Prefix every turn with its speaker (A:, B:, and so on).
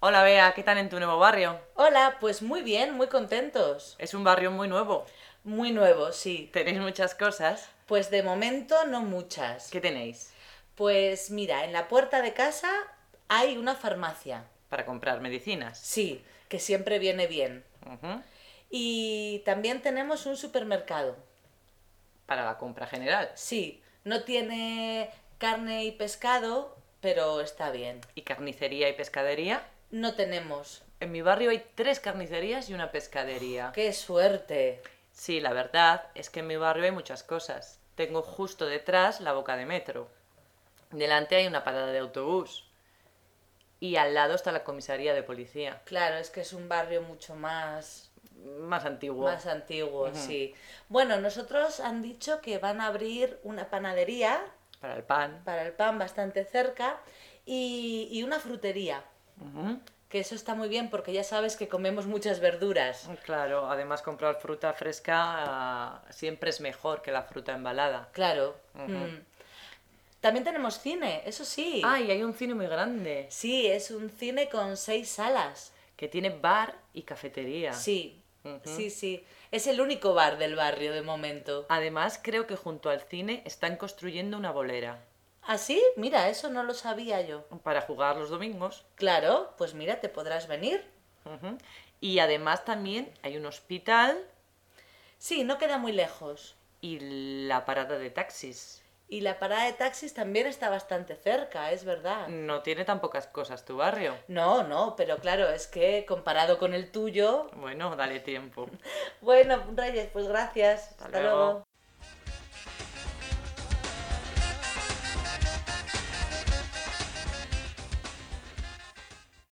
A: Hola Bea, ¿qué tal en tu nuevo barrio?
B: Hola, pues muy bien, muy contentos.
A: Es un barrio muy nuevo.
B: Muy nuevos, sí.
A: ¿Tenéis muchas cosas?
B: Pues de momento no muchas.
A: ¿Qué tenéis?
B: Pues mira, en la puerta de casa hay una farmacia.
A: Para comprar medicinas.
B: Sí, que siempre viene bien.
A: Ujú.
B: Y también tenemos un supermercado.
A: Para la compra general.
B: Sí, no tiene carne y pescado, pero está bien.
A: ¿Y carnicería y pescadería?
B: No tenemos.
A: En mi barrio hay tres carnicerías y una pescadería.
B: ¡Qué suerte!
A: Sí, la verdad es que en mi barrio hay muchas cosas. Tengo justo detrás la boca de metro. Delante hay una parada de autobús. Y al lado está la comisaría de policía.
B: Claro, es que es un barrio mucho más
A: Más antiguo.
B: Más antiguo, sí. Bueno, nosotros han dicho que van a abrir una panadería
A: Para el pan.
B: para el pan bastante cerca y, y una frutería,
A: Ujú.
B: que eso está muy bien porque ya sabes que comemos muchas verduras.
A: Claro, además comprar fruta fresca ah, siempre es mejor que la fruta embalada.
B: Claro. Mm. También tenemos cine, eso sí.
A: Ay, Ah, hay un cine muy grande
B: Sí, es un cine con seis salas.
A: que tiene bar y cafetería.
B: Sí,
A: Ah. Ujú.
B: sí, sí. Es el único bar del barrio de momento.
A: Además, creo que junto al cine están construyendo una bolera
B: ¿Ah, sí? Mira, eso no lo sabía yo.
A: para jugar los domingos.
B: Claro, pues mira, te podrás venir.
A: Ujú. Y además también hay un hospital
B: Sí, no queda muy lejos.
A: y la parada de taxis.
B: Y la parada de taxis también está bastante cerca, es verdad.
A: No tiene tan pocas cosas tu barrio.
B: No, no, pero claro, es que comparado con el tuyo...
A: Bueno, dale tiempo.
B: Bueno, Reyes, pues gracias. Hasta,
A: luego.
B: luego.